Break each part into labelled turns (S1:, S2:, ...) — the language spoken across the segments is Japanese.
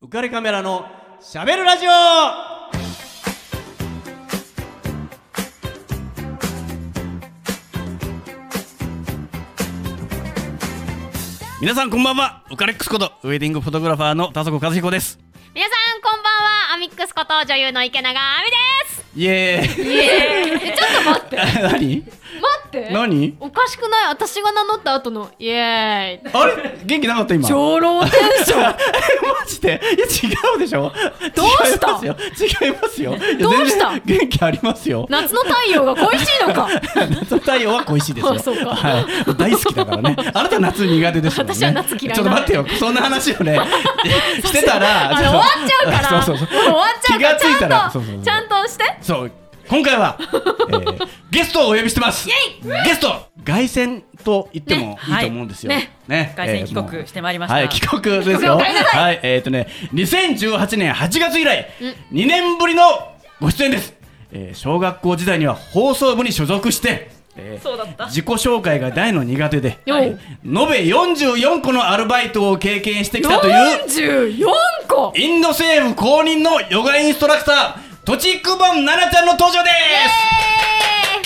S1: 浮かれカメラのしゃべるラジオ
S2: 皆さんこんばんはウカレックスことウェディングフォトグラファーの田底和彦です
S3: 皆さんこんばんはアミックスこと女優の池永亜美
S2: イエー イ
S3: ですえちょっと待って
S2: 何
S3: 待って
S2: 何
S3: おかしくない私が名乗った後のイエーイ
S2: あれ元気なかった今マ
S3: 上老テ ンション
S2: ジでいや違うでしょ
S3: どうした
S2: 違いますよ違いますよいや
S3: どうした
S2: 全然元気ありますよ
S3: 夏の太陽が恋しいのか
S2: 夏の太陽は恋しいですよ
S3: あそうか
S2: はい、大好きだから ねあなた夏苦手ですもんね
S3: 私は夏嫌いなの
S2: ちょっと待ってよそんな話を ねしてたら
S3: あの終わっちゃうか ら
S2: そうそうそう
S3: 終わっちゃうか
S2: 気
S3: ら
S2: がついたら
S3: ちゃ
S2: そうそ
S3: んと
S2: うそう
S3: ちゃんとして
S2: そう今回 は、えーゲストをお呼びしてますゲスト凱旋と言っても
S4: ね
S2: いいと思うんですよ、
S3: はい
S2: ね
S3: ね
S4: 凱旋帰国してまいりました
S2: えーもうはい帰国ですよはいえっ、とね2018年8月以来2年ぶりのご出演です、えー小学校時代には放送部に所属して、えー
S4: そうだった
S2: 自己紹介が大の苦手で、
S3: よ
S2: はい延べ44個のアルバイトを経験してきたという
S3: 44個
S2: インド政府公認のヨガインストラクター、とちくぼんななちゃんの登場で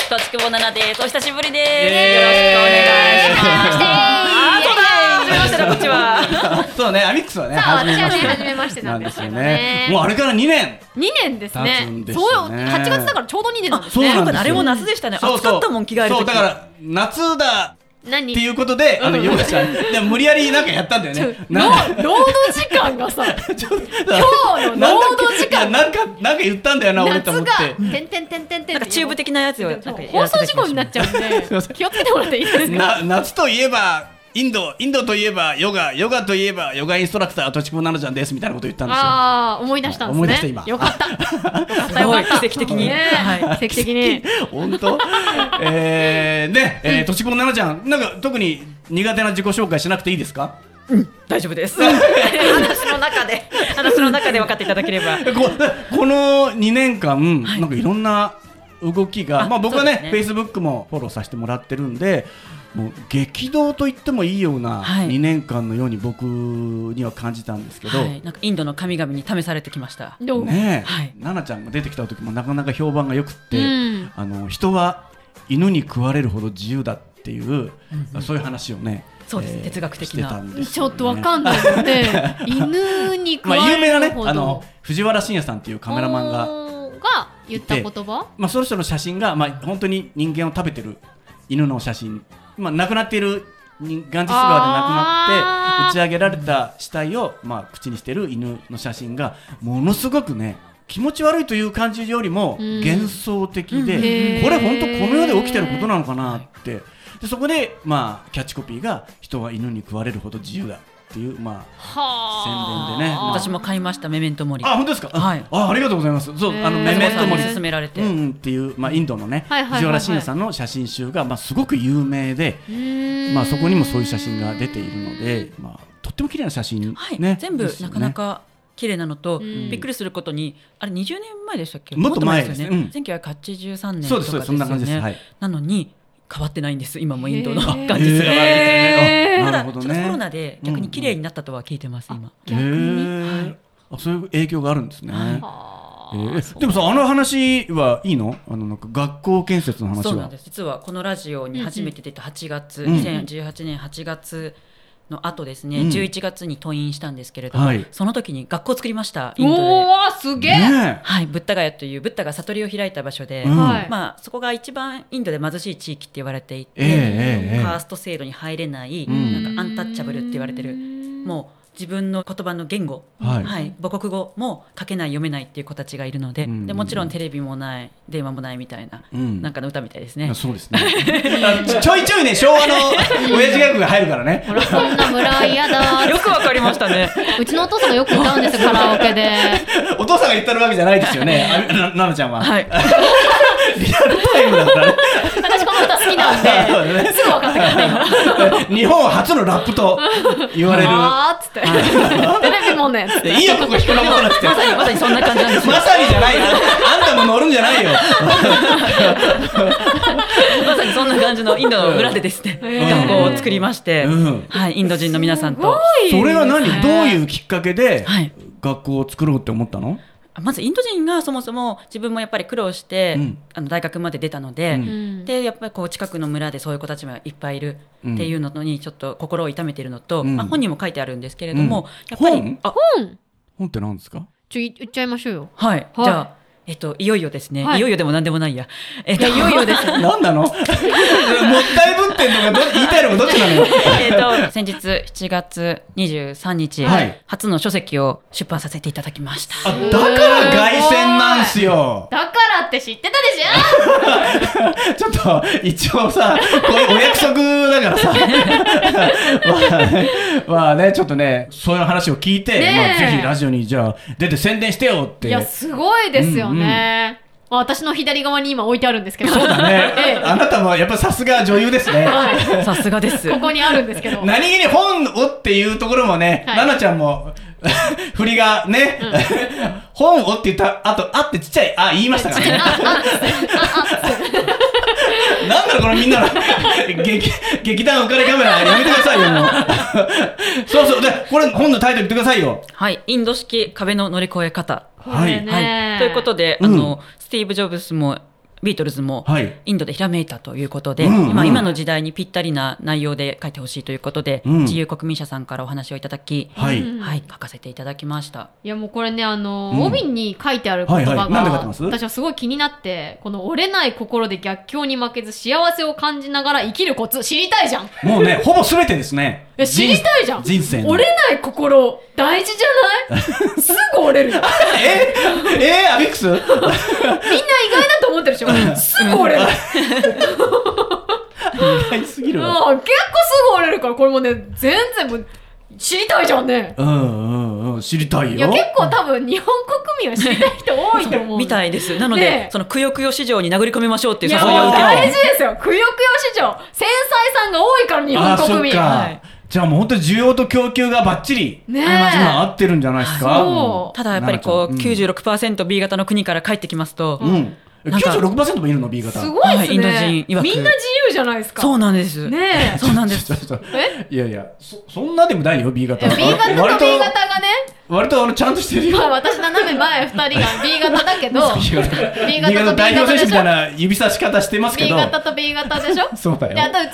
S4: とちくぼななです。お久しぶり
S2: す
S4: です。よろしくお願いします。あ、そうだ。
S3: あ
S4: はじめましてだ、こっちは。
S2: そうね、アミックスはね、
S3: そう
S2: 初めま
S3: 私は
S2: し
S3: ね
S2: て
S3: 初めまして
S2: な
S3: なんん
S2: で
S3: ですす
S2: よ
S3: よね
S2: ね。もうあれから2年。
S3: 2年です
S2: 経つん
S3: ね
S2: です
S3: そ
S2: よね
S3: う8月だからちょうど2年なんです
S2: そうなん
S3: ね
S2: ですよ
S4: あれも夏でしたね。暑かったもん、着替える
S2: そう、
S4: 時。
S2: だから、夏だって
S3: 何
S2: いうことで、あの、ヨガちゃん、でも無理やりなんかやったんだよ
S3: ちょ
S2: ね。
S3: 労
S2: なんか
S3: 労働時間 がさ
S2: 今
S3: 日の労働時間
S2: なんか、なんか言ったんだよな、俺と思
S3: 夏
S2: っ
S3: が
S2: て。
S3: てんてんてんてんてん
S4: なんかチューブ的なやつを。なんかやらせ
S3: 放
S4: て
S3: 送事故になっちゃうん
S2: すいませ
S3: で
S2: ん
S3: 気をつけてもらっていいですか
S2: な夏といえばインドインドといえばヨガヨガといえばヨガインストラクターとちくぼななちゃんですみたいなこと言ったんですよ。
S3: ああ思い出したんですね
S2: 思い出した今
S3: よ かった
S4: すごい、奇跡的に。
S3: ね
S4: はい。
S3: 奇跡的に
S2: 本当えー、ね、えー、とちくぼななちゃんなんか特に苦手な自己紹介しなくていいですか
S4: 大丈夫です。 話の中で、話の中で分かっていただければ。
S2: ここの2年間、なんかいろんな動きが
S4: あ
S2: まあ、僕はね
S4: そう
S2: フェ
S4: で
S2: イスブックもフォローさせてもらってるんでもう激動と言ってもいいような
S4: はい
S2: 2年間のように僕には感じたんですけど、
S4: はい。なんかインドの神々に試されてきました。
S3: どう
S2: ねえ、
S4: はい
S2: 奈々ちゃんが出てきた時もなかなか評判がよくって、
S3: うん
S2: あの人は犬に食われるほど自由だっていう、そういう話をね
S4: そうです哲学的
S2: し
S4: な
S2: てたんです
S3: ち
S2: よ
S3: ょ
S2: ね
S3: っとわかんない ので犬に食
S2: ま
S3: わ
S2: あ有名
S3: れ
S2: な
S3: る
S2: ね
S3: ほど
S2: あの藤原信也さんっていうカメラマンが、
S3: おーが言った言葉
S2: まあ、その人の写真が、まあ、本当に人間を食べてる犬の写真、まあ、亡くなっているにガンジス川で亡くな
S3: あ
S2: っ
S3: ー
S2: て打ち上げられた死体を、まあ、口にしてる犬の写真がものすごくね気持ち悪いという感じよりも
S3: うん
S2: 幻想的で、
S3: うんへー
S2: これ本当この世で起きてることなのかなって、でそこで、まあ、キャッチコピーが「人は犬に食われるほど自由だ」っていう、まあ、
S3: はあ
S2: 宣伝でねまあ
S4: 私も買いました、メメントモリ。
S2: あ本当ですか、
S4: はい
S2: あありがとうございますそう、あの
S3: へー
S2: メメントモリ
S4: に勧められて。
S2: うんうんっていう、まあ、インドのね、
S3: はいはいはいは
S2: 藤
S3: い
S2: 原信也さんの写真集が、まあ、すごく有名で、
S3: うーん
S2: まあ、そこにもそういう写真が出ているので、まあ、とっても綺麗な写真、
S4: はい、
S2: ね、
S4: 全部
S2: ですよね
S4: なかなか綺麗なのと、
S3: ん
S4: びっくりすることにあれ20年前でしたっけ
S2: もっと前ですね
S4: もっと前よね、1983年
S2: そ
S4: と
S2: うで
S4: かですす
S2: そうです
S4: よね
S2: そんな感じですはい
S4: なのに変わってないんです今もインドの
S3: へ ー
S4: 感
S2: え
S4: じ
S2: ー
S4: すら悪い
S3: へー
S2: あな
S4: ただ
S2: る
S4: ち
S2: ほど
S4: ょっと
S2: ね
S4: コロナで逆に綺麗になったとは聞いてます、今
S2: へーあそういう影響があるんですね、
S3: は
S2: え
S3: あ
S2: ーでもさあの話はいいのあのなんか学校建設の話は
S4: そうなんです実はこのラジオに初めて出た8月、
S2: うん
S4: 2018年8月の後ですね、
S2: うん
S4: 11月に登院したんですけれども、
S2: はい
S4: その時に学校を作りましたインドで
S3: おおすげえ、
S2: ね
S4: はい、ブッダガヤというブッダが悟りを開いた場所で、
S2: うん
S3: はい
S4: まあ、そこが一番インドで貧しい地域って言われていて、
S2: ええええええ
S4: カースト制度に入れない、
S2: うん
S4: なんかアンタッチャブルって言われてるもう自分の言葉の言語、
S2: はい
S4: 母国語も書けない読めないっていう子たちがいるので,、
S2: うん
S4: でもちろんテレビもない電話もないみたいな、
S2: うん
S4: なんかの歌みたいです
S2: え
S4: ね。
S2: そうですねあちょちょいちょいね昭和の親父ギャグが入るからね
S3: ほらこんな村嫌だ
S4: よくわかりましたね
S3: うちのお父さんがよく歌うんですよカラ オケで
S2: お父さんが言ってるわけじゃないですよねあなななちゃんは、
S4: はい、
S2: リアルタイムだからね
S3: 私この歌好きなん
S2: そうだね
S3: ですぐ分かったからね
S2: 日本初のラップと言われる。
S3: あーっつって テレビもね
S2: でいいよ、ここ引くのものな くて。
S4: まさにまさにそんな感じなんですよ
S2: まさにじゃないよ。あんたも乗るんじゃないよ。
S4: まさにそんな感じのインドの裏でですね、学校を作りまして、
S2: うん
S4: はい、インド人の皆さんと
S2: それは何
S3: いいですね
S2: どういうきっかけで
S4: はい、
S2: 学校を作ろうって思ったの
S4: まずインド人がそもそも自分もやっぱり苦労して、
S2: うん
S4: あの大学まで出たので、
S2: う
S3: うん
S4: でやっぱりこう近くの村でそういう子たちもいっぱいいる
S2: うん
S4: っていうのにちょっと心を痛めているのと、
S2: うん
S4: まあ、本にも書いてあるんですけれども、
S2: うん
S4: やっぱり
S2: 本
S4: あ
S3: うん
S2: 本って何ですか
S3: ちょい言っちゃいましょうよ
S4: はい、
S3: はい
S4: じゃあえっと、いよいよですね、
S3: はい
S4: い、よいよでも何でもないや、えっと、いよいよ ですね
S2: 何 なのもったいぶってんのがど言いたいのがどっちなのよ
S4: えっと、先日7月23日、
S2: はい
S4: 初の書籍を出版させていただきました。
S2: あだから凱旋なんすよ
S3: だからって知ってたでしょ
S2: ちょっと、一応さ、これお約束だからさ。 まあ、まあね、ちょっとね、そういう話を聞いて、
S3: ね
S2: まあ、
S3: え
S2: ぜひラジオにじゃあ、出て宣伝してよって。
S3: いやすごいですよね、あ私の左側に今置いてあるんですけど
S2: そうだ
S3: え
S2: ね。
S3: え
S2: あなたもやっぱさすが女優ですね。
S3: はい
S4: さすがです。
S3: ここにあるんですけど
S2: 何気に本をっていうところもね、
S3: はい
S2: ななちゃんも、 振りがね、本をって言った後、あってちっちゃい、あ、言いましたからね。なんだろうこのみんなの劇劇団浮かれカメラやめてくださいよもう そうそうでこれ本のタイトル言ってくださいよ
S4: はい、インド式壁の乗り越え方。
S3: これね、
S2: はい
S4: ということで、
S2: うん
S4: あの、スティーブ・ジョブズも、ビートルズも、
S2: はい
S4: インドでひらめいたということで、
S2: うんうん
S4: まあ今の時代にぴったりな内容で書いてほしいということで、
S2: うん
S4: 自由国民社さんからお話をいただき、
S2: はい
S3: うん
S4: はい、書かせていただきました。
S3: いやもうこれねあの、
S2: うん
S3: 帯に書いてある言葉が、
S2: はいはいなんて書いてます
S3: 私はすごい気になってこの折れない心で逆境に負けず幸せを感じながら生きるコツ知りたいじゃんい
S2: もうねほぼ全てですね
S3: や知りたいじゃん
S2: 人生の
S3: 折れない心大事じゃ ないすぐ折れるじゃん
S2: ええアビ ックス
S3: みんな意外だと思ってるで しょすぐ折れる
S2: 意外すぎるわ
S3: うん、結構すぐ折れるから、これもね、全然もう、知りたいじゃんね。
S2: うんうんうん知りたいよ
S3: いや、結構多分、日本国民は知りたい人多いと 思う。
S4: みた
S3: い。
S4: いです。なので、
S3: ねえ
S4: そのくよくよ市場に殴り込みましょうっていう
S3: い
S4: 誘い
S3: や、
S4: を
S3: もう
S4: 受け
S3: 大
S4: て
S3: 事ですよ。くよくよ市場。繊細さんが多いから、日
S2: あ
S3: 本国
S2: そっ
S3: 民。
S2: か、
S4: はい
S2: じゃあもう本当に需要と供給がバッチリ
S3: ねえ
S2: 今合ってるんじゃないですか
S3: そう
S4: ただやっぱりこう、
S2: 奈々ちゃん
S4: 96%B 型の国から帰ってきますと、
S2: うん、うん
S4: なんか
S2: 96%もいるの B 型
S3: すごいで
S4: は
S3: す
S4: いインド人
S3: ね。
S4: 曰く
S3: みんな自由じゃないですか。
S4: そう
S3: う
S4: なんです。
S3: ねえ。
S4: そうなんです。
S2: ちょっと
S3: え
S2: いやいや、そ、そんなでもないよ、B 型。
S3: いや B 型
S2: 割
S3: と
S2: と
S3: B 型がね、
S2: 割とあの、ちゃんとしてるよ。
S3: まあ私斜め前2人が B 型だけど、
S2: B 型
S3: B 型と B
S2: 代表選手
S3: 型
S2: み
S3: でした
S2: い
S3: ょ
S2: な指差し方してますけ
S3: B
S2: ど。
S3: 型と B 型でしょ
S2: そうだ
S3: で、あ
S2: よ。
S3: とうち姉も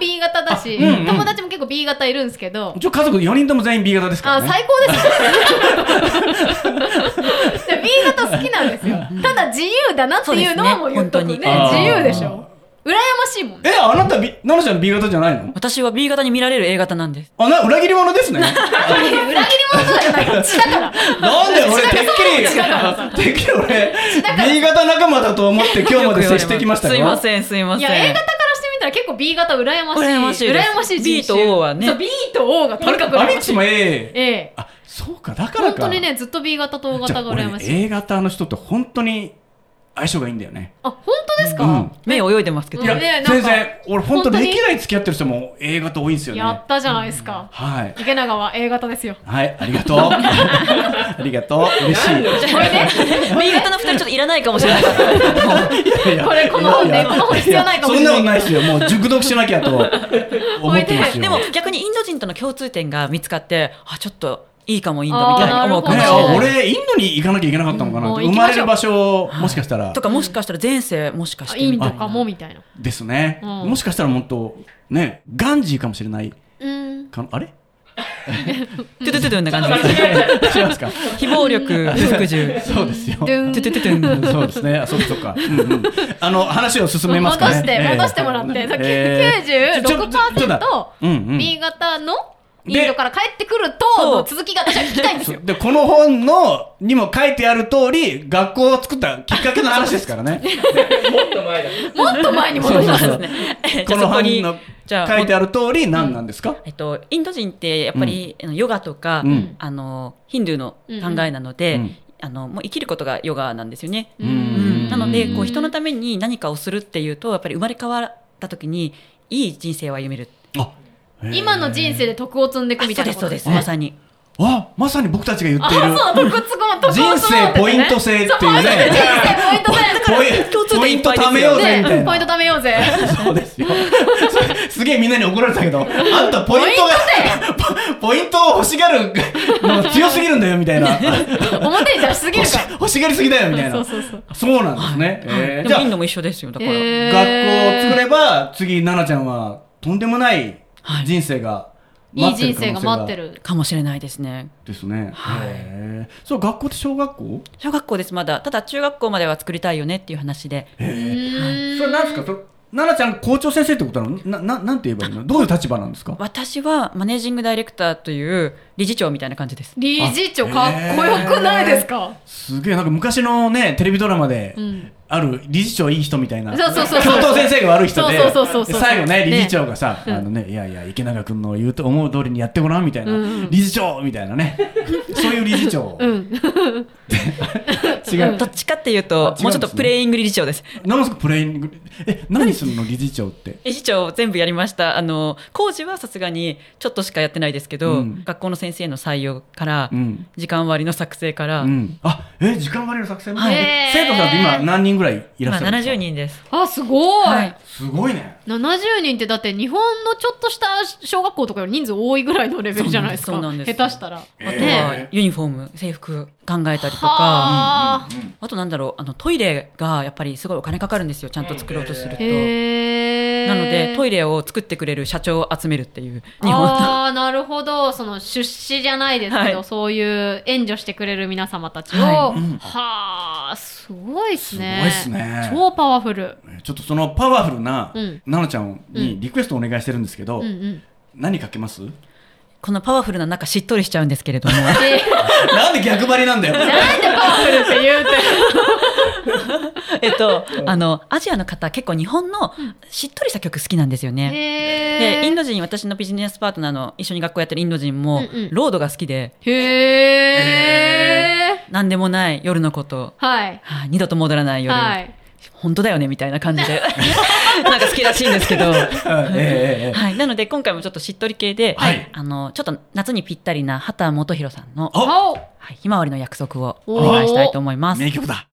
S3: B 型だし、
S2: あうんうん
S3: 友達も結構 B 型いるんですけど、
S2: 一応家族4人とも全員 B 型ですか
S3: あ
S2: らね。
S3: 最高ですねで B 型好きなんですよただ自由だなっていうのはも
S4: そううです
S3: 言
S4: ね
S3: っとくね
S4: 本
S2: 当に
S3: 自由でしょ羨まし いもんね
S2: え、あなた、B、奈々ちゃん B 型じゃないの
S4: 私は B 型に見られる A 型なんです。
S2: あ、な、裏切り者ですね。
S3: 裏切り者とかじゃないから血だから
S2: なんで俺、て
S3: 違うから
S2: っきり、てっきり俺、B 型仲間だと思って今日まで接してきましたよ。
S4: すいません、すいま
S3: い
S4: せん。
S3: や A 型からしてみたら結構 B 型羨ましい
S4: 羨ましいです
S3: 羨ましい人
S4: B と
S3: 種
S4: O はね
S3: そう B と O がと
S2: あれ、
S3: にかく
S2: あ
S3: 羨
S2: れ
S3: ま
S2: い
S3: し
S2: つ
S3: い
S2: も A。
S3: ええ
S2: あ、そうか、だから
S3: 本
S2: か。
S3: 当にねずっと B 型と O
S2: じゃ
S3: 型
S2: あ
S3: が
S2: 俺
S3: 羨
S2: ね
S3: ましい
S2: A 型の人と本当に相性がいいんだよね。
S3: あ本当ですか、
S2: うん
S4: 目泳いでますけど。
S2: いや、
S3: ねなんか
S2: 全然、俺本当
S3: 本当に
S2: 歴代付き合ってる人も A 型多いんですよね。
S3: やったじゃないですか、
S2: はい。
S3: 池永は A 型ですよ
S2: はい、ありが とう。ありがとう。嬉しい。
S3: これね
S4: B 型の二人ちょっといらないかもしれない。
S3: これこの本ねこの本必要ないかもしれ
S2: そんな
S3: ない
S2: ことないですよ。もう熟読しなきゃと思ってますよ。
S4: でも逆にインド人との共通点が見つかって、あ、ちょっといいかもインドみたい
S3: あ
S4: に
S3: ー
S4: 思うかもし
S2: ね
S4: れ
S3: なるほ
S4: な
S3: ど
S4: い。
S2: 俺、インドに行かなきゃいけなかったのかな。
S3: もう行
S2: 生
S3: き
S2: ま
S3: ま
S2: れ
S3: しょ
S2: る
S3: う
S2: 場所、もしかしたら
S4: と。かもしかしたら前世もしかして
S3: イン
S4: みた
S3: ド
S4: いな。
S3: かもみたいな
S2: ですね。
S3: うん
S2: もしかしたら本当、ね、ガンジーかもしれない。
S3: うん
S2: かあれ
S4: トゥトゥトゥトゥンな感じで
S2: 違います か
S4: す。非暴力、不服従。ト
S2: そうですよ。
S3: でん
S4: ゥトゥトゥトゥン。
S2: そうですね。あ、そうかそうか。うんうん。あの話を進めますかね。
S3: 戻して
S2: ええ
S3: 戻してもらってさっき
S2: ちょちょちょ
S3: 96%
S2: ちょうんうん。
S3: B 型のイ
S2: で
S3: ンドから帰ってくる
S4: そう
S3: との続きが私は聞きたいんですよ
S2: でこの本のにも書いてある通り学校を作ったきっかけの話ですからね。
S3: もっと前に戻ります
S2: そう
S4: ねじ
S2: こ
S4: ゃあ
S2: の
S4: そこ
S2: 本
S4: に
S2: の、
S4: じゃあ
S2: 書いてある通り何なんですか。
S4: えっと、インド人ってやっぱり、あのヨガとか、
S2: うん
S4: あのヒンドゥーの考えなので、
S2: うんうん
S4: あのもう生きることがヨガなんですよね。
S2: う
S4: うん
S2: ん
S4: なのでこう人の
S3: た
S4: ために何かをするっていうとやっぱり生まれ変わった時にいい人生を歩める
S2: あへー
S3: 今の人生で徳を積んでいくみたいなこと
S4: そうですそうですまさに
S2: あまさに僕たちが言っている
S3: そう、徳津も徳
S2: 人生ポイント
S3: 制
S2: 制っていうね
S3: 人生ポイント
S2: ポイ
S4: 共通
S2: ポイ
S4: 点い
S2: ン
S4: っ
S2: ト
S4: ぱいですよ
S2: 貯めようぜ
S3: 制
S2: みた
S3: で、
S2: い
S3: ポイ
S2: な
S3: ント貯めよ うぜ。
S2: そうですよそれすげえみんなに怒られたけどあんたポイントがポポイントを欲しがるのが強すぎるんだよみたい な
S3: 表に出しすぎる
S2: 欲し
S3: から。
S2: 欲しがりすぎだよみたいな
S3: そうそうそう。
S2: そうなんですね、えー
S4: で
S2: じゃ
S4: も
S2: あ
S4: インドも一緒ですよだから、
S3: えー
S2: 学校を作れば次奈々ちゃんはとんでもない人生が
S3: いい
S2: 待ってる可能性
S3: 人
S2: が
S3: 生が待ってる。
S4: かもしれないですね
S2: ですね、へえそう学校って小学校
S4: 小学校ですまだただ中学校までは作りたいよねっていう話で
S3: うん
S2: それなんですかそれ奈々ちゃん校長先生ってことなのなななんて言えばいいのどういう立場なんですか
S4: 私はマネージングダイレクターという理事長みたいな感じです
S3: 理事長かっこよくないですか、
S2: すげえなんか昔のねテレビドラマで、
S3: ん
S2: ある理事長いい人みたいな
S3: そうそうそうそう
S2: 教頭先生が悪い人で
S3: そうそうそうそうそう
S2: で最後ね理事長がさ、あのねいやいや池永君の言うと思う通りにやってごらんみたいな、理事長みたいなねそういう理事 長、違う
S4: どっちかっていうと
S2: あ違うんですね
S4: もうちょっとプレイング理事長です
S2: 何ですかプレイングえ何するの理事長って
S4: 理事長を全部やりましたあの工事はさすがにちょっとしかやってないですけど、
S2: うん
S4: 学校の先生の採用から、
S2: うん
S4: 時間割の作成から、
S2: うんあえ時間割の作戦も、
S4: はい
S2: え生徒さんって今何人ぐらいいらっ
S4: 今
S2: しゃるんですか
S4: 70人です、
S3: あすごい、
S4: はい
S2: すごいね
S3: 70人ってだって日本のちょっとした小学校とかより人数多いぐらいのレベルじゃないですか
S4: そうなんです
S3: 下手したら、
S4: あと
S2: え
S4: は
S2: ー
S4: ユニフォーム制服考えたりとか
S3: はあ、
S4: あとなんだろうあのトイレがやっぱりすごいお金かかるんですよちゃんと作ろうとすると、
S3: へえ
S4: なのでトイ
S3: レ
S4: レを作ってくれる社長を集めるっていう日本の
S3: ああなるほどその出資じゃないですけど、
S4: はい
S3: そういう援助してくれる皆様たちをは
S4: は
S3: あ、すごいっすね
S2: すごいっすね
S3: 超パワフル
S2: ちょっとそのパワフルな
S3: うん
S2: 奈々、ちゃんにリクエストお願いしてるんですけど、
S3: うんうん
S2: 何かけます
S4: このパワフルな中しっとりしちゃうんですけれど も
S3: で
S2: なんで逆張りなんだよ
S3: なんでパワフルって言うて
S4: えっとあのアジアの方結構日本のしっとりした曲好きなんですよ ね。
S3: へ
S4: で
S3: ー
S4: インド人私のビジネスパートナーの一緒に学校やってるインド人も、
S3: うんうん
S4: ロードが好きで
S3: へえ。
S4: 何でもない夜のこと、
S3: はい。
S4: はあ二度と戻らない夜、
S3: はい。
S4: 本当だよねみたいな感 じでなんか好きらしいんですけど。
S2: うんええええええ
S4: はい、なので今回もちょっとしっとり系で、
S2: はい
S4: あのちょっと夏にぴったりな畑基博さんの
S2: あ
S3: 顔。
S4: はい、ひまわりの約束をお願いしたいと思い ます。
S2: 名曲だ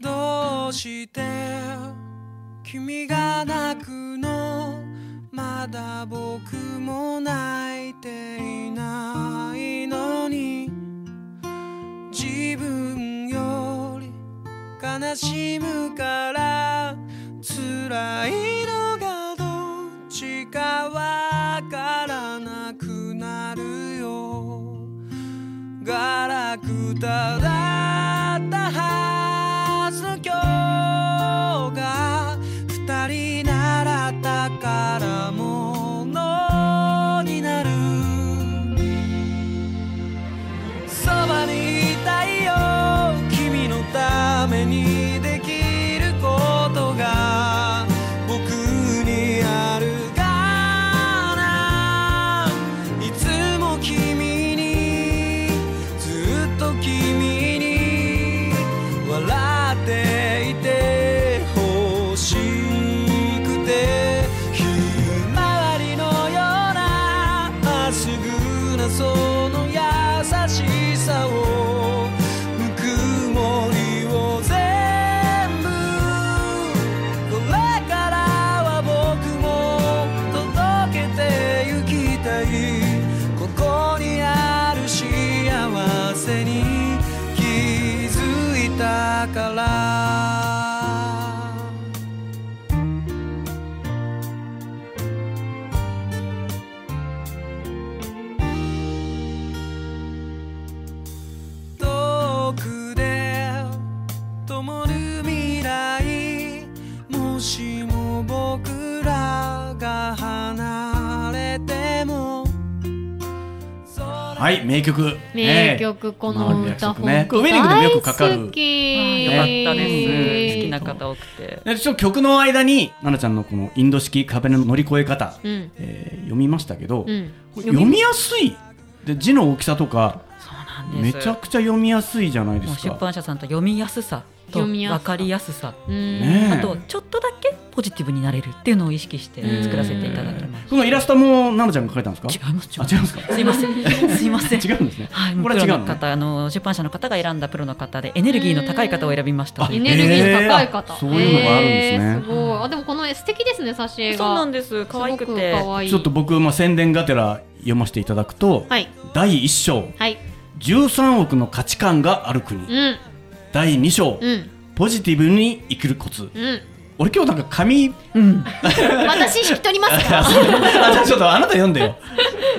S5: どうして君が泣くのまだ僕も泣いていないのに自分より悲しむから辛いのがどっちかわからなくなるよガラクタだったはずの今日が二人なら宝物になるそばにいたいよ君のためにできることが僕にあるかないつも君にずっと君に笑っていてほしくてひまわりのようなまっすぐなその優しさをぬくもりを全部これからは僕も届けてゆきたいここにある幸せに気づいたから遠くで灯る未来もしも僕らが離れても
S2: はい名曲
S3: 名曲この歌
S2: ひまわりの約束ね
S3: 本
S2: これウ
S3: 当
S2: ェディングでもよくかかる
S3: 大好き。
S4: よかったです。好き
S3: な。
S4: な方多くて。
S2: ねちょっと曲の間に奈々ちゃんのこのインド式壁の乗り越え方、
S3: うん。
S2: えー読みましたけど、
S3: うん
S2: これ読みやすいで字の大きさとか
S4: そうなんなんです
S2: めちゃくちゃ読みやすいじゃないで
S4: もう
S2: す
S4: 出
S2: か。
S4: 版社さんと読みやすさと
S3: 読みやすさ
S4: 分かりやすさ
S3: うん
S2: ねえ
S4: あとちょっとだけポジティブになれるっていうのを意識して作らせていただきま
S2: そのイラストも奈々ちゃんが描いたんですか。
S4: す。違います。
S2: あ違いますか。
S4: すいません。すいません。
S2: 違うんですね。
S4: はい、
S2: こ
S4: こ
S2: れ
S4: れ
S2: は違
S4: は
S2: うの
S4: 違う
S2: ね
S4: の方、あの出版社の方が選んだプロの方でエネルギーの高い方を選びました
S2: あ。
S3: エネルギーの高い
S2: え
S3: 方、
S2: ーそういうのがあるんですね
S3: えーすごいあでもこの絵素敵ですね挿絵が
S4: そうなんです。可愛く
S3: すご
S4: て。
S3: 可愛い
S2: ちょっと僕まあ宣伝がてら読ませていただくと、
S3: はい
S2: 第一章
S3: はい
S2: 13億の価値観がある国、
S3: うん
S2: 第二章、
S3: うん
S2: ポジティブに生きるコツ。
S3: うん
S2: 俺今日なんか紙
S4: うん。
S3: 私引き取ります
S2: あ
S3: か
S2: そうあじゃあちょっとあなた読んでよ。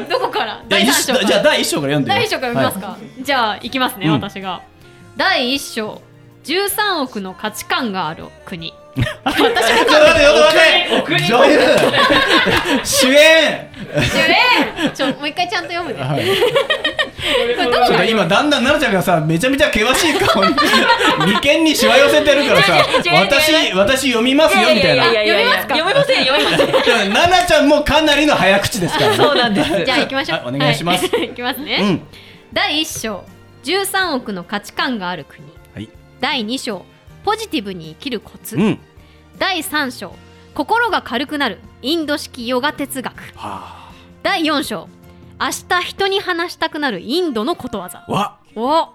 S3: どこから
S2: いや
S3: 第
S2: 一
S3: 何章
S2: 章
S3: か
S2: じゃあ
S3: ら
S2: 第一章から読んでよ。
S3: 第一章から読みますか、
S2: は
S3: じゃあ行きますね、
S2: うん
S3: 私が第一章13億の価値観がある国
S2: い。ちょっと待ってちょっと待って。女優主演。
S3: 主演ちょもう一回ちゃんと読むね、
S2: はい
S3: これどこ
S2: ちょ
S3: か
S2: っと
S3: ら
S2: 今だんだん奈々ちゃんがさめちゃめちゃ険しい顔に眉間にしわ寄せてるからさ
S3: 違う違う違
S2: 私
S3: う
S2: 私読みますよみたいな
S3: やいや
S2: 奈
S4: 読めません。読めません。
S2: 々ちゃんもかなりの早口ですからね
S4: そうなんです。
S3: じゃあ行きましょう
S2: はいお願いします
S3: は 行きますね、
S2: うん
S3: 第1章13億の価値観がある国
S2: はい
S3: 第2章ポジティブに生きるコツ、
S2: うんは
S3: 第3章心が軽くなるインド式ヨガ哲学
S2: あ
S3: 第4章明日人に話したくなるインドのことわざ
S2: わ
S3: お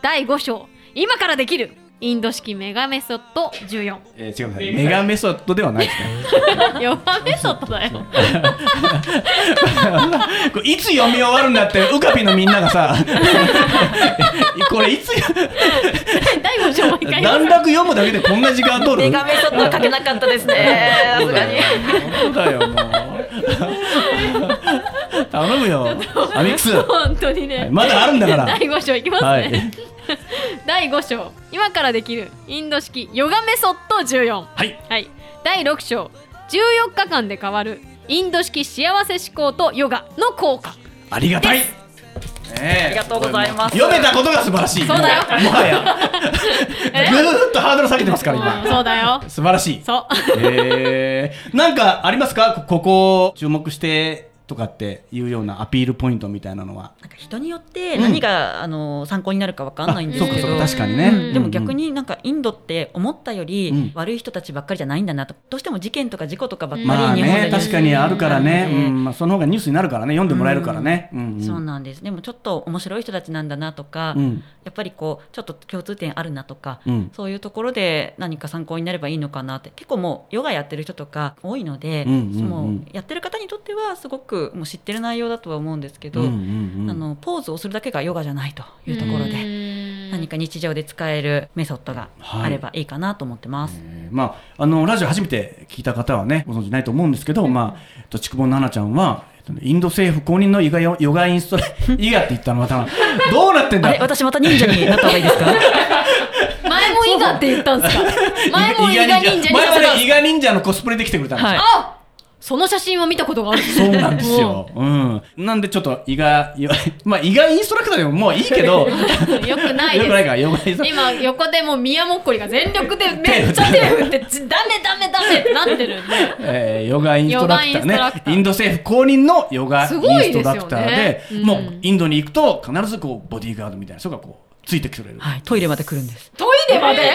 S3: 第5章今からできるインド式メガメソッド14
S2: えー違うメガメソッドではないですね
S3: ヨガメソッドだよ
S2: これいつ読み終わるんだってウカピのみんながさこれいつ
S3: 第5章もう一回
S2: 段落読むだけでこんな時間取
S4: メ
S2: る
S4: ガメソッドは書けなかったです ね。さすがに。
S2: 本当だよもう頼むよアミックス
S3: 本当にね、
S2: はいまだあるんだから
S3: 第5章いきますね、
S2: はい
S3: 第5章今からできるインド式ヨガメソッド14
S2: はい
S3: はい第6章14日間で変わるインド式幸せ思考とヨガの効果
S2: ありがたい。ねえ
S4: ありがとうございます
S2: 読めたことが素晴らしい。
S3: そうだよ
S2: もうもはや。ぐーっとハードル下げてますから、
S3: うん
S2: 今。
S3: そうだよ
S2: 素晴らしい。
S3: そう
S2: えー、なんかありますかこここ注目してとかっていうようなアピールポイントみたいなのは。
S4: なんか人によって何が、あの参考になるかわかんないんです
S2: あ
S4: け
S2: そうか
S4: ど
S2: そうか確かに
S3: う
S2: ね。
S3: ん
S4: でも逆になんかインドって思ったよ
S2: うん
S4: り悪い人たちばっかりじゃないんだなと、どうしても事件とか事故とかばっ
S2: うん。ま
S4: か
S2: あ
S4: り日本
S2: ね
S4: で、
S2: 確かにあるからね。
S4: う
S2: うんん、まあその方がニュースになるからね、読んでもらえるからね。うん。うん
S4: そうなんですでもちょっと面白い人たちなんだなとか、
S2: うん
S4: やっぱりこうちょっと共通点あるなとか、
S2: うん
S4: そういうところで何か参考になればいいのかなって結構もうヨガやってる人とか多いので、
S2: うんうんうん
S4: もうやってる方にとってはすごくもう知ってる内容だとは思うんですけど、
S2: うんうんうん
S4: あのポーズをするだけがヨガじゃないというところで。
S3: で
S4: 何か日常で使えるメソッドがあればいいかなと思ってます。
S2: えーまあ、あのラジオ初めて聞いた方はねご存知ないと思うんですけど、まあえっと、ちくぼななちゃんは、えっとねインド政府公認のヨガ ヨヨガインストラヨガって言ったのまたどうなってん
S4: あ
S2: だ
S4: れ私また忍者になった方がい いですか
S3: 前も伊賀って言ったんですか前も伊賀忍者に
S2: 前
S3: させた
S2: は
S3: ん
S2: ね
S3: で
S2: 伊
S3: す
S2: 賀忍者のコスプレで来てくれたんですよ、
S4: はい
S3: あその写真を見たことがある
S2: そうなんですよ、うん、なんでちょっと伊賀よ まあ伊賀インストラクターでももういいけどよ
S3: よくない
S2: く
S3: です
S2: ないからヨガインストラ
S3: 今横でもう宮もっこりが全力でめっちゃ手振ってちダメダメダメってなってるんで
S2: えー、ヨガインストラクターね
S3: ヨガインストラクター
S2: インド政府公認のヨガイン
S3: すごい
S2: ス
S3: です
S2: ト
S3: よね
S2: ラクターで
S3: うん
S2: もうインドに行くと必ずこうボディーガードみたいな人がこうついてきてくれる、
S4: はい、トイレまで来るんです。
S3: トイレまで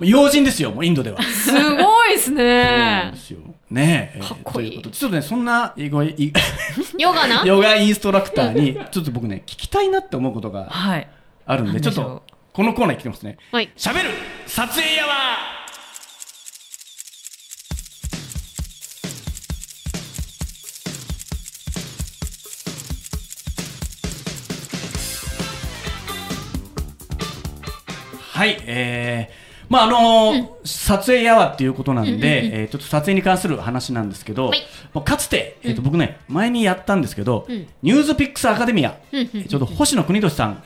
S2: 要人ですよもうインドでは。
S3: すごいです
S2: そうなん
S3: ね
S2: ですよねえ
S3: かっこいい
S2: えーとうとでちょっとねそんな英語 い
S3: ヨガな
S2: ヨガインストラクターにちょっと僕ね聞きたいなって思うことが
S4: はい。
S2: あるんで
S4: なん
S2: ちょ
S4: で
S2: っ
S4: しょう
S2: とこのコーナー来てますね
S3: はい
S2: しゃべる撮影やわはい、えー、まああのー撮影やわっていうことなんで、えーちょっと撮影に関する話なんですけど、
S3: はい
S2: もうかつて、えーと僕ね前にやったんですけど、
S3: ん
S2: ニューズピックスアカデミア、
S3: うんうん
S2: ちょうど星野邦俊さん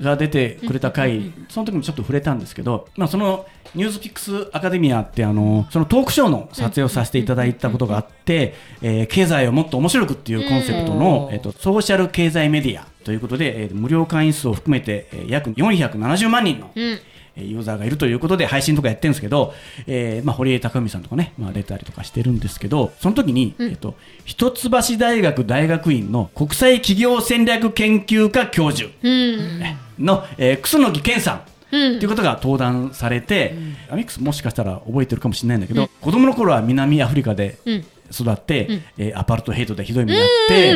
S2: が出てくれた回、その時もちょっと触れたんですけど、まあ、そのニュースピックスアカデミアってあのそのトークショーの撮影をさせていただいたことがあって、えー経済をもっと面白くっていうコンセプトの、
S4: うん
S2: えっとソーシャル経済メディアということで、えー無料会員数を含めて、えー約470万人の、
S3: うん
S2: えーユーザーがいるということで配信とかやってるんですけど、えーまあ、堀江貴文さんとかね、まあ、出たりとかしてるんですけどその時に、えっと、一橋大学大学院の国際企業戦略研究科教授
S3: うん。
S2: の、えー、楠木健さん
S3: うん
S2: っていうことが登壇されて、アミックスもしかしたら覚えてるかもしれないんだけど、子供の頃は南アフリカで
S3: うん
S2: 育って、えーアパルトヘイトでひどい目にあって、え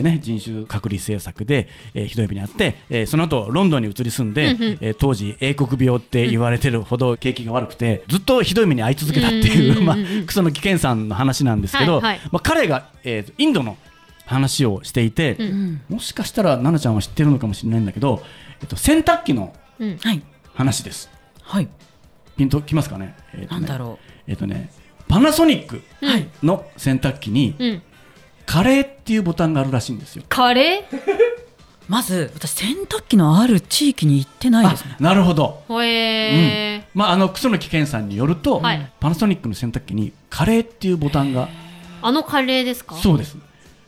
S2: ーね、人種隔離政策で、えーひどい目にあって、えーその後ロンドンに移り住んで、えー当時英国病って言われてるほど景気が悪くてずっとひどい目に遭い続けたっていう、 まあ、楠木健さんの話なんですけど、
S3: はいはい
S2: まあ、彼が、えーインドの話をしていて、もしかしたら奈々ちゃんは知ってるのかもしれないんだけど、えっと、洗濯機の
S3: うん。
S4: はい
S2: 話です。
S4: はい
S2: ピンときますかね。えーと
S4: な
S2: ね
S4: んだろ
S2: えっ、とね、パナソニック
S4: うはい
S2: の洗濯機に、
S3: うん。
S2: カレーっていうボタンがあるらしいんですよ。
S3: カレー
S4: まず私洗濯機のある地域に行ってないですね
S2: あなるほど。
S3: ほえー。
S2: まあ、あの楠木健さんによると、
S3: はい
S2: パナソニックの洗濯機にカレーっていうボタンが
S3: あのカレーですか
S2: そうです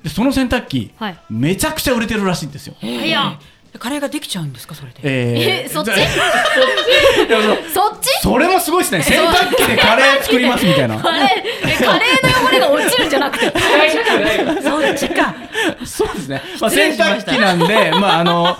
S2: でその洗濯機、
S3: はい
S2: めちゃくちゃ売れてるらしいんですよ。
S3: いや、
S4: カレーができちゃうんですかそれで
S2: え
S3: え、そっ
S2: じ
S3: ち
S2: ゃ
S3: そっち
S2: それもすごいですね洗濯機でカレー作りますみたいな
S3: カレー、え、カレーの汚れが落ちるんじゃなくて。
S4: そっちか
S2: そうですね。まあ、
S4: 失礼
S2: 洗
S4: しま
S2: 濯
S4: した
S2: 機なんで、まあ、あの。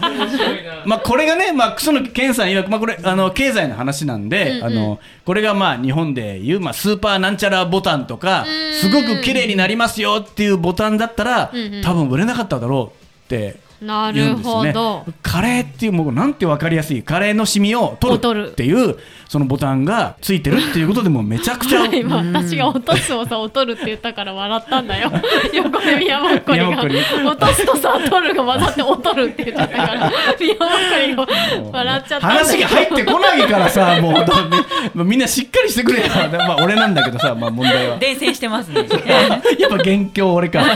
S2: まあ、これがね、まあ、楠木健さん曰く、まあ、これ、あの、経済の話なんで、あの。これが、まあ、日本でいう、まあ、スーパーなんちゃらボタンとか。すごく綺麗になりますよっていうボタンだったら
S3: うんうん、
S2: 多分売れなかっただろうって。
S3: な
S2: 言う
S3: る
S2: んですよ
S3: ほ
S2: ね
S3: ど。
S2: カレーっていうもうなんて分かりやすいカレーのシミを取るっていうそのボタンがついてるっていうことでもうめちゃくちゃ
S3: 今私が落とすをさ、劣るって言ったから笑ったんだ よ。横で宮本こりが
S2: 宮本こり
S3: 落とすとさ、劣るが混ざって劣るって言っちゃった から、宮本こりが笑っちゃったんだ
S2: 話
S3: け
S2: が
S3: ど。
S2: 入ってこないからさ、 もう本当に、まあ、みんなしっかりしてくれよ。まあ俺なんだけどさ、まあ問題は。
S4: 伝染してますね
S2: やっぱ元凶俺か。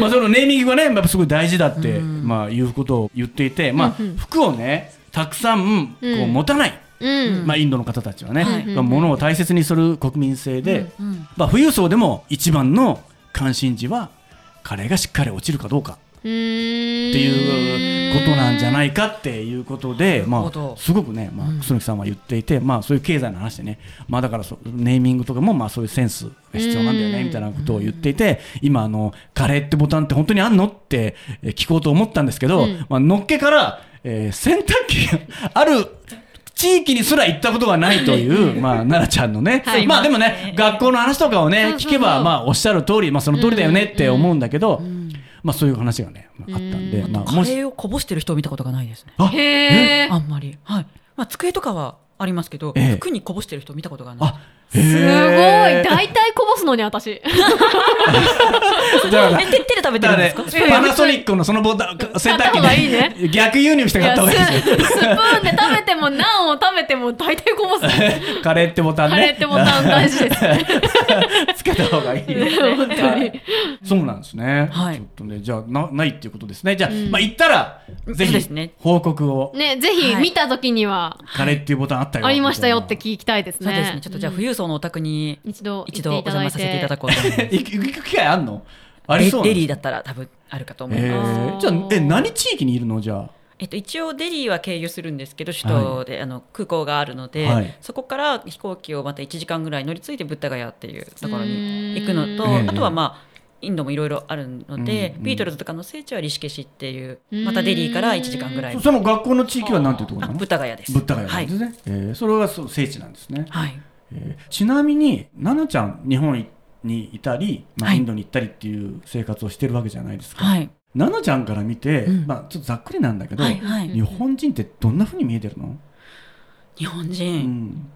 S2: まあそのネーミングがね、やっぱすごい大事だって、まあいうことを言っていて、まあ服をね、たくさんこう
S3: うん
S2: 持たない。
S3: うん。
S2: まあ、インドの方たちはね、
S4: はい
S2: まあ、物を大切にする国民性で、まあ、富裕層でも一番の関心事はカレーがしっかり落ちるかどうか
S3: って
S2: って
S3: い
S2: いうことなんじゃ
S3: い
S2: ないかっていうことで、ま
S4: ほど
S2: あ、すごくね、まあ、楠木さんは言っていて、まあ、そういう経済の話でね、まあ、だからそうネーミングとかも、まあ、そういうセンスが必要なんだよ
S3: う
S2: ね
S3: ん
S2: みたいなことを言っていて今あのカレーってボタンって本当にあんのってえー聞こうと思ったんですけど、
S3: うん
S2: まあのっけから、えー洗濯機がある地域にすら行ったことがないと いう、まあ、奈々ちゃんのね、
S3: はい
S2: まあでもね、学校の話とかをね
S3: そう、そうそ
S2: 聞
S3: う
S2: けば、まあ、おっしゃる通り、まあ、その通りだよねって思うんだけど、まあ、そういう話がね、まああったんで、まあ、
S4: カ
S2: もし
S4: レーをこぼしてる人を見たことがないですね
S2: あ
S3: へえ
S4: あんまりはいまあ机とかはありますけど
S2: ええ
S4: 服にこぼしてる人を見たことがない
S2: あ
S3: すごい
S2: へー
S3: 大体こぼすのに私
S2: だから
S4: え手手で食べて
S2: だ
S4: るん
S2: から
S4: です
S2: ね
S4: か
S3: ええ
S2: パナソニックのそのボタン洗
S3: 買った
S2: 濯機
S3: 方がいいね
S2: 逆輸入して
S3: い
S2: 買っ
S3: や
S2: た方がいい
S3: ス
S2: ですよ
S3: スプーンで食べてもナンを食べても大体こぼす
S2: カレーってボタンね
S3: カレーってボタン大事ですね
S2: つけた方がいいね
S3: 本当に
S2: そうなんですね、
S4: はい
S2: ちょっとねじゃあなないっていうことですねじゃあ、まあ行ったらぜ
S4: そうです
S2: ひ
S4: ね
S2: 報告を、
S3: ねぜひ
S4: はい
S3: 見た時には
S2: カレーっていうボタンあったよ
S3: ありましたよって
S2: み
S3: 聞きたいです
S4: そうですね
S3: ね
S4: ちょっとじゃあ富裕層のお宅に
S3: 一度
S4: 一度お邪魔させていただ
S3: く
S4: こうと思います
S2: たいな 行く行く機会あんのあり
S4: デ
S2: そう
S4: デリー
S2: だ
S4: だったら多分あるかと思い
S2: え
S4: ます。
S2: ー、じゃあえ何地域にいるのじゃあ
S4: えっと、一応デリーは経由するんですけど首都で、あの空港があるので、
S2: はい
S4: そこから飛行機をまた1時間ぐらい乗り継いでブッダガヤっていうところに行くの
S2: うー
S4: と
S2: ん
S4: あとはまあインドもいろいろあるので、
S2: うん
S4: ビートルズとかの聖地はリシケシっていう
S3: うん
S4: またデリーから1時間ぐらい
S2: そその学校の地域はなんていうところ
S4: あ
S2: なの
S4: ブッダガヤです。
S2: ぶったがや
S4: は
S2: なん
S4: い
S2: です、ね、えーそれはそう聖地なんですね、
S4: はい
S2: えーちなみに奈々ちゃん日本にいたり、まあ、
S4: はい
S2: インドに行ったりっていう生活をしてるわけじゃないですか、
S4: はい
S2: 奈々ちゃんから見て、
S4: うん
S2: まあ、ちょっとざっくりなんだけど、
S4: はいはい
S2: 日本人ってどんなふうに見えてるの、
S4: 日本
S2: う
S4: 人、
S2: ん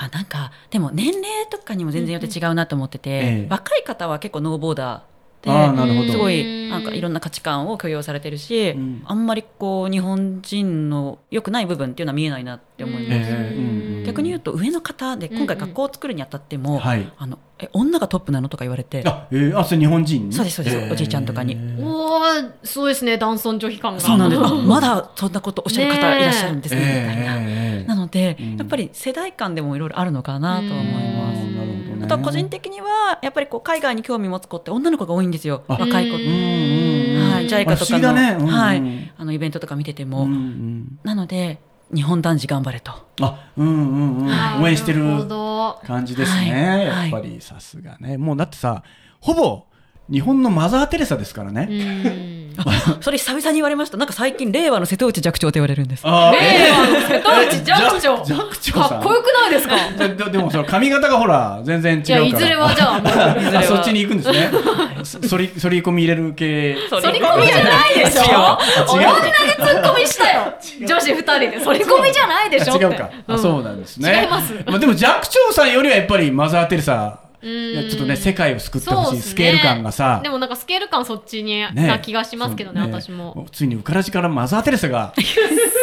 S4: あなんかでも年齢とかにも全然よって違うなと思ってて、
S2: ええ
S4: 若い方は結構ノーボーダーで
S2: ああなるほど
S4: すご
S3: うん
S4: いなんかいろんな価値観を許容されてるし、
S2: うん
S4: あんまりこう日本人の良くない部分っていうのは見えないなって思います、
S2: えーうん
S4: 逆に言うと上の方で今回
S3: うんうん
S4: 学校を作るにあたっても、
S2: はい
S4: あのえ女がトップなのとか言われて
S2: あ、えーあそれ日本人に
S4: そうですそうですおじいちゃんとかに
S3: おーそうですね男尊女卑感が
S4: そうなんですあ
S2: うん
S4: まだそんなことおっしゃる方いらっしゃるんです
S2: え
S4: ね
S2: ー
S4: みたいな。
S2: えーえー
S4: なので、
S2: うん
S4: やっぱり世代間でもいろいろあるのかなとは思います。
S2: あーなるほどね
S4: あとは個人的にはやっぱりこう海外に興味持つ子って女の子が多いんですよ
S2: あ
S4: 若い子
S2: う
S3: う
S2: んうんうん
S4: はい、ジャイカとか
S2: あ不思議だ
S4: の,、
S2: ねうんうん
S4: はい、あのイベントとか見てても、
S2: うんうん
S4: なので日本男児頑張れと。
S2: あうんうんうん、
S3: はい
S2: 応援してる
S3: なほど
S2: 感じですね、
S4: はい
S2: やっぱりさすがねもうだってさほぼ日本のマザー・テレサですからね、
S3: うん
S4: あそれ久々に言われました。なんか最近令和の瀬戸内寂聴って言われるんです。
S2: あー
S3: 令和の 瀬戸内寂聴
S2: じゃ寂聴さん
S3: かっこよくないですか
S2: で
S3: い
S2: ででもその髪型がほら全然違うから
S3: やいずれはじゃあもう
S2: あそっちに行くんです ねそり反り込み入れる系
S3: 反り込みじゃないでしょ
S2: 違うか
S3: 同じ
S2: 違うか
S3: 投げツッコミしたよ女子二人で反り込みじゃないでしょ
S2: 違うか、あそう
S3: だ
S2: なんですね
S3: 違います
S2: まあ、でも寂聴さんよりはやっぱりマザー・テレサいやちょっとね世界を救ってほしい、スケール感がさ
S3: でもなんかスケール感そっちに
S2: ね
S3: な気がしますけどね
S2: そう
S3: 私も
S2: ついにウカラジからマザー・テレサが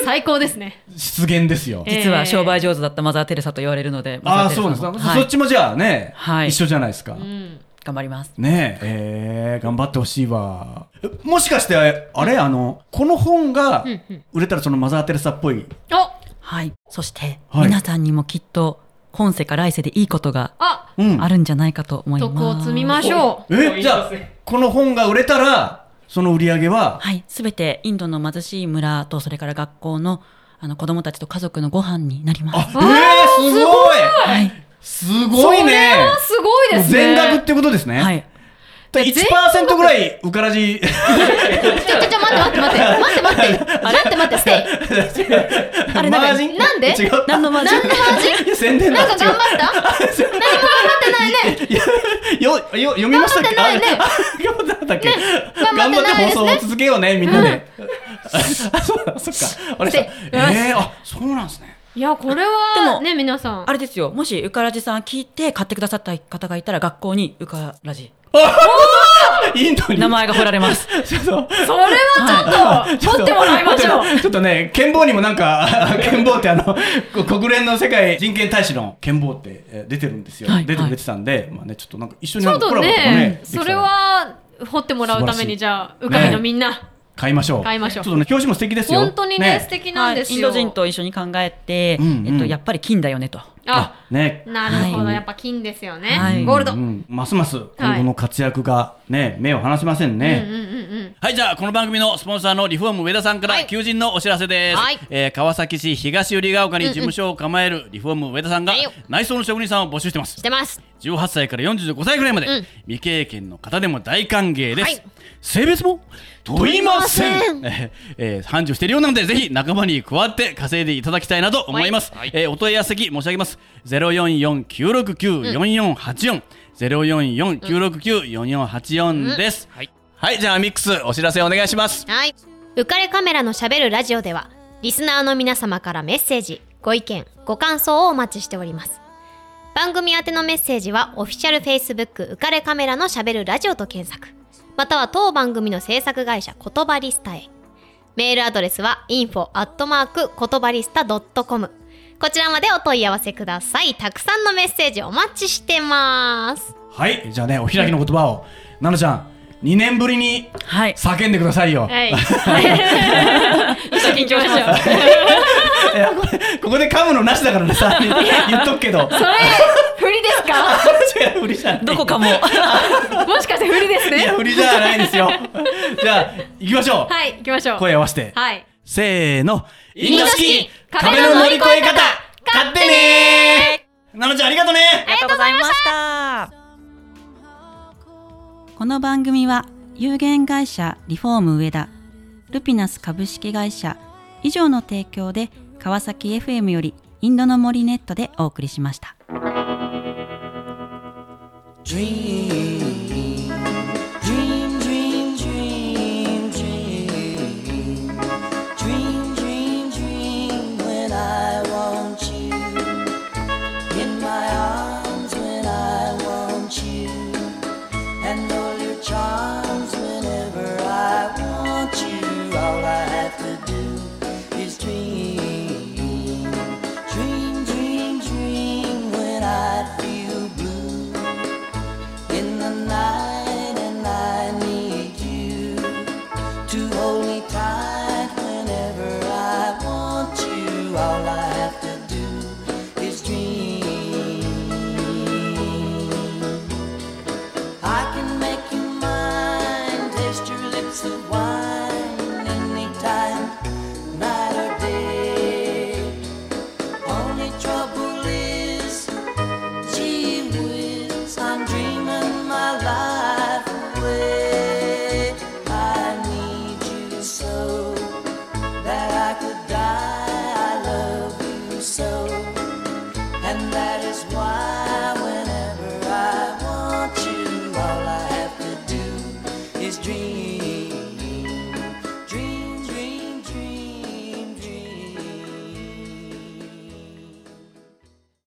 S3: 最高ですね
S2: 出現ですよ
S3: ええ
S4: 実は商売上手だったマザー・テレサと言われるので、
S2: あ
S4: マ
S2: あ
S4: ザ
S2: そうなん
S4: ー
S2: です
S4: テレサ
S2: か、
S4: も
S2: そ
S4: はい
S2: そっちもじゃあね、
S4: はい
S2: 一緒じゃないですか、
S3: うん
S4: 頑張ります。
S2: ねええー頑張ってほしいわえもしかしてあれあのこの本が
S3: うんうん
S2: 売れたらそのマザー・テレサっぽい
S3: お
S4: はい。そして、
S2: はい
S4: 皆さんにもきっと、今世か来世でいいことが
S3: あ
S2: うん
S4: あるんじゃないかと思います。
S3: 徳を積みましょう
S2: えじゃあこの本が売れたらその売り上げは
S4: はい。すべて、インドの貧しい村と、それから学校の、あの、子供たちと家族のご飯になります。
S2: あえー、すごい
S4: はい。
S2: すごい
S3: それ
S2: ね
S3: はすごいです
S2: 全
S3: ね
S2: 額ってことですね、
S4: は
S2: はい、
S4: い。
S2: 1%ぐらいうからじ
S3: ちょちょちょ待って待って待って待って待って待って待ってステイ
S2: マ
S4: れなんか
S2: ージン
S3: なんで
S2: 違う
S4: 何のマジ
S3: 何の話
S2: いや 宣伝だ
S3: なんか頑張った何も頑張ってない ね
S2: いやよよ読みましたっけ
S3: 頑張ってないね
S2: あ頑張ってなかったっけ、
S3: 頑
S2: 頑張
S3: 張って
S2: って
S3: ない
S2: 放
S3: ですね
S2: 送を続けようねみんなで、あそうだそっかあれさ
S3: で
S2: えー、あそうなんですね
S3: いやこれ
S4: で
S3: は
S4: も
S3: ね皆さん
S4: あれですよ。もし、ウカラジさん聞いて買ってくださった方がいたら、学校にウカラジ。
S2: インドに
S4: 名前が振られます。
S2: ちょっと
S3: それはちょっと取ってもらいま しょう
S2: ちょっとね、剣棒にもなんか、 剣棒ってあの、こ国連の世界人権大使の剣棒ってえー出てるんですよ。
S4: はい
S2: 出て
S4: はい
S2: 出てたんで、まあね、ちょっとなんか一緒に
S3: ち
S2: な
S3: ょ
S2: ん
S3: っ
S2: かコ
S3: と
S2: ラボとかね
S3: ね、
S2: できた
S3: そ
S2: ら
S3: れは掘ってもらうためにじゃあうかみのみんな
S2: 買いましょう。
S3: 買いましょう
S2: ちょっとね、表紙も素敵ですよ。
S3: 本当にね素敵なんですよ
S4: はいインド人と一緒に考えて、
S2: うんうん
S4: えっと、やっぱり金だよねと。
S2: あ、
S3: あ
S2: ね。
S3: なるほど
S2: はい
S3: やっぱ金ですよ
S4: は
S3: ね
S4: い
S3: ゴールド
S2: う
S3: うんん
S2: うんますます今後の活躍がね、目を離せませんね。
S3: うんうん
S1: はい、じゃあ、この番組のスポンサーのリフォーム上田さんか
S3: は
S1: ら
S3: い
S1: 求人のお知らせです。
S3: はい
S1: えー川崎市東百合ヶ丘に事務所を構えるリフォーム上田さんが
S3: はいよ
S1: 内装の職人さんを募集してます
S3: し。てます
S1: 18歳から45歳ぐらいまで、
S3: うん
S1: 未経験の方でも大歓迎です。
S3: はい
S1: 性別も問いません
S3: 問い
S1: えーえー繁盛しているようなのでぜひ仲間に加わって稼いでいただきたいなと思います、
S3: はい
S1: えーお問い合わせ先申し上げます0449694484、0449694484です、はい、じゃあミックスお知らせお願いします
S6: はい。浮かれカメラのしゃべるラジオでは、リスナーの皆様からメッセージ、ご意見、ご感想をお待ちしております。番組宛てのメッセージは、オフィシャル Facebook 浮かれカメラのしゃべるラジオと検索、または当番組の制作会社言葉リスタへ。メールアドレスは info アットマーク言葉リスタ .com こちらまでお問い合わせください。たくさんのメッセージお待ちしてます。
S2: はい、じゃあね、お開きの言葉を、なのちゃん、2年ぶりに
S4: はい。
S2: 叫んでくださいよ。
S3: はい一緒に行きましょう
S2: いやこれここで噛むのなしだからね、さ、 言っとくけど。
S3: それ振りですか
S2: 違う、無理じゃない
S4: どこかも。
S3: もしかして振りです
S2: いや、
S3: ね
S2: 振りじゃないんですよ。じゃあ、行きましょう。
S3: はい行きましょう
S2: 声合わせて。
S3: はい
S2: せーの。インド式壁
S3: 壁
S2: の
S3: の
S2: 乗
S3: 乗
S2: り
S3: り
S2: 越
S3: 越
S2: え
S3: え
S2: 方
S3: 方
S2: 買ってねーなのちゃん、ありがとうね
S4: ありがとうございました。
S7: この番組は有限会社リフォーム上田ルピナス株式会社以上の提供で川崎 FM よりインドの森ネットでお送りしました。
S5: Dream